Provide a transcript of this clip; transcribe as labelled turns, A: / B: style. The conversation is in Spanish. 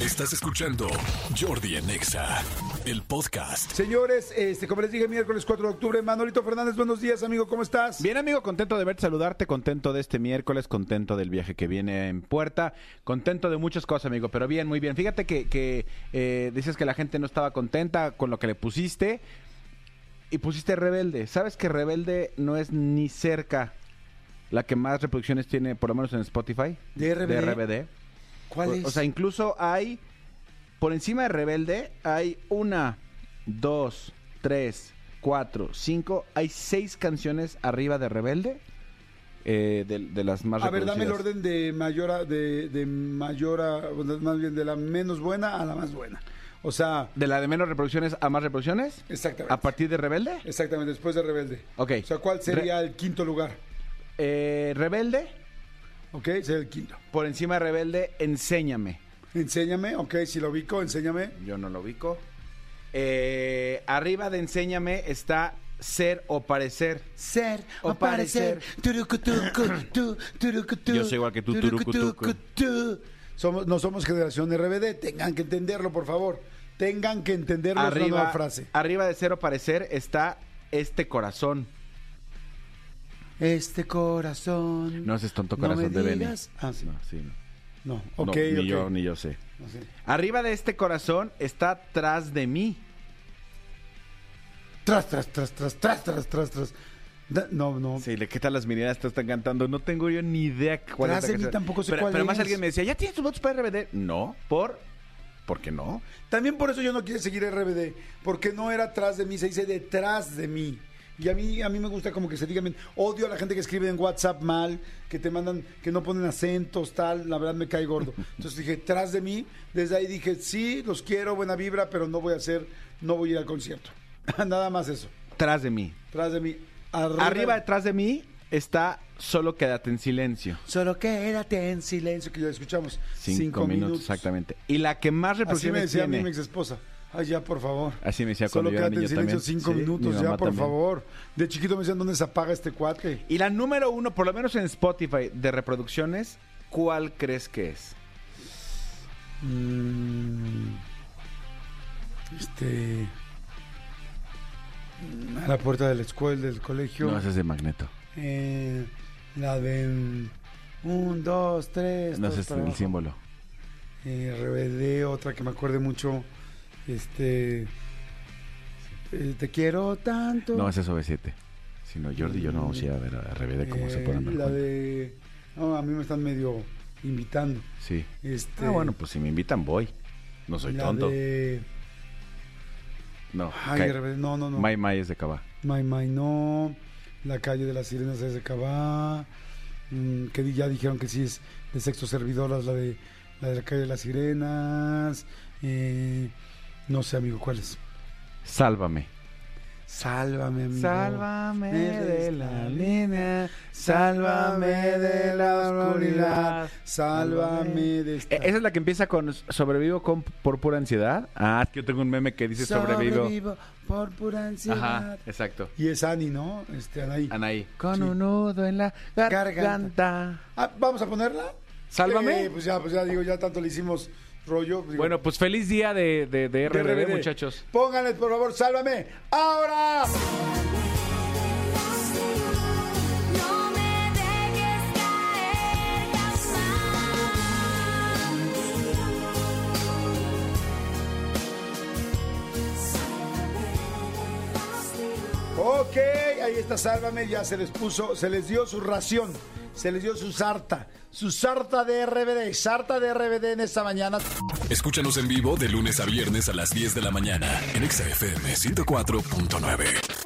A: Estás escuchando Jordi en EXA, el podcast.
B: Señores, este, como les dije, miércoles 4 de octubre, Manolito Fernández, buenos días, amigo, ¿cómo estás?
C: Bien, amigo, contento de verte, saludarte, contento de este miércoles, contento del viaje que viene en puerta, contento de muchas cosas, amigo, pero bien, muy bien. Fíjate que, que, eh, dices que la gente no estaba contenta con lo que le pusiste y pusiste Rebelde. ¿Sabes que Rebelde no es ni cerca la que más reproducciones tiene, por lo menos en Spotify?
B: ¿De RBD?
C: RBD.
B: ¿Cuál
C: O-
B: es?
C: O sea, incluso hay, por encima de Rebelde, hay una, dos, tres, cuatro, cinco, hay seis canciones arriba de Rebelde, eh, de, de las más
B: a ver, dame el
C: reproducidas.
B: orden de mayor a, de, de mayor a- o de- más bien de la menos buena a la más buena. O sea,
C: De la de menos reproducciones a más reproducciones,
B: exactamente.
C: a partir de Rebelde.
B: Exactamente, después de Rebelde.
C: Ok.
B: O sea, ¿cuál sería el quinto lugar?
C: Eh, Rebelde,
B: Ok, sería el quinto.
C: por encima de Rebelde, Enséñame.
B: Enséñame, ok, si lo ubico, enséñame.
C: Yo no lo ubico. Eh, arriba de Enséñame está Ser o Parecer.
B: Ser
C: o parecer. Yo soy igual que tú, turucutucu.
B: Somos, no somos generación RBD, tengan que entenderlo, por favor. Tengan que entenderlo, es una
C: arriba,
B: nueva frase.
C: arriba de cero parecer está este corazón.
B: Este corazón.
C: No es tonto
B: No
C: corazón
B: me
C: de Benny.
B: digas- Ah, sí.
C: No, sí, no.
B: No,
C: No,
B: ok,
C: ni
B: ok.
C: yo ni yo sé.
B: No sé.
C: Arriba de este corazón está tras de mí.
B: Tras, tras, tras, tras, tras, tras, tras, tras. Da- No, no.
C: Sí, le quitan las miradas, te están cantando. No tengo yo ni idea cuál
B: Tras
C: es la
B: de mí
C: canción.
B: tampoco sé
C: pero,
B: cuál
C: Pero además
B: es.
C: alguien me decía, ¿ya tienes tus votos para RBD? No, ¿por? ¿Por qué no?
B: También por eso yo no quise seguir RBD, porque no era atrás de mí, se dice detrás de mí. Y a mí, a mí me gusta como que se diga bien. Odio a la gente que escribe en WhatsApp mal, que te mandan, que no ponen acentos, tal, la verdad me cae gordo. Entonces dije, tras de mí, desde ahí dije, sí, los quiero, buena vibra, pero no voy a hacer, no voy a ir al concierto. Nada más eso.
C: Tras de mí.
B: Tras de mí.
C: Arriba detrás de mí está Solo quédate en silencio.
B: Solo quédate en silencio, que ya escuchamos.
C: Cinco, minutos, exactamente. Y la que más
B: Así me
C: reproducciones
B: decía mi
C: tiene.
B: ex esposa. Ay, ya, por favor.
C: Así me decía
B: Solo
C: Ah, cuando yo era
B: quédate en silencio
C: niño también.
B: cinco
C: Sí, mi
B: minutos ya,
C: mamá
B: por
C: también.
B: favor. De chiquito me decían dónde se apaga este cuate.
C: Y la número uno, por lo menos en Spotify, de reproducciones, ¿cuál crees que es?
B: Mm, este. mm, A la puerta de la escuela, del colegio.
C: es de Magneto.
B: Eh, la de. mm, Un, dos, tres. todos para abajo.
C: símbolo.
B: Eh, RBD, otra que me acuerde mucho. Este. eh, te quiero tanto.
C: es OV7. Sino Jordi, yo no vamos a ir a ver a RBD
B: Eh, La de. No, a mí me están medio invitando.
C: Sí.
B: Este,
C: Ah, bueno, pues si me invitan, voy. No soy
B: la
C: tonto.
B: de-
C: No,
B: Ay,
C: Kai-
B: RBD, no, no, no.
C: Mai Mai es de Cabá.
B: My, my, no. La calle de las sirenas es de Cabá. Mm, que di- ya dijeron que sí es de sexto servidoras, la de la, de la calle de las sirenas. Eh, no sé, amigo, ¿cuál es?
C: Sálvame.
B: Sálvame, amigo.
C: Sálvame de la
B: línea,
C: sálvame de la oscuridad,
B: sálvame de esta.
C: Eh, Esa es la que empieza con sobrevivo con, por pura ansiedad. Ah, es que yo tengo un meme que dice sobrevivo.
B: por pura ansiedad.
C: Ajá, exacto.
B: Y es Ani, ¿no? Este, Anaí.
C: Anaí. Con
B: Sí.
C: un nudo en la garganta.
B: Ah, ¿Vamos a ponerla?
C: Sálvame.
B: Eh, pues ya, pues ya digo, ya tanto le hicimos rollo. digo,
D: Bueno, pues feliz día de, de, de
B: de
D: RBD,
B: RBD.
D: muchachos.
B: Pónganle, por favor, sálvame. ¡Ahora!
E: No me dejes caer jamás.
B: Ok, ahí está, sálvame. Ya se les puso, se les dio su ración, se les dio su sarta, su sarta de RBD, sarta de RBD en esta mañana.
A: Escúchanos en vivo de lunes a viernes a las 10 de la mañana en Exa FM 104.9.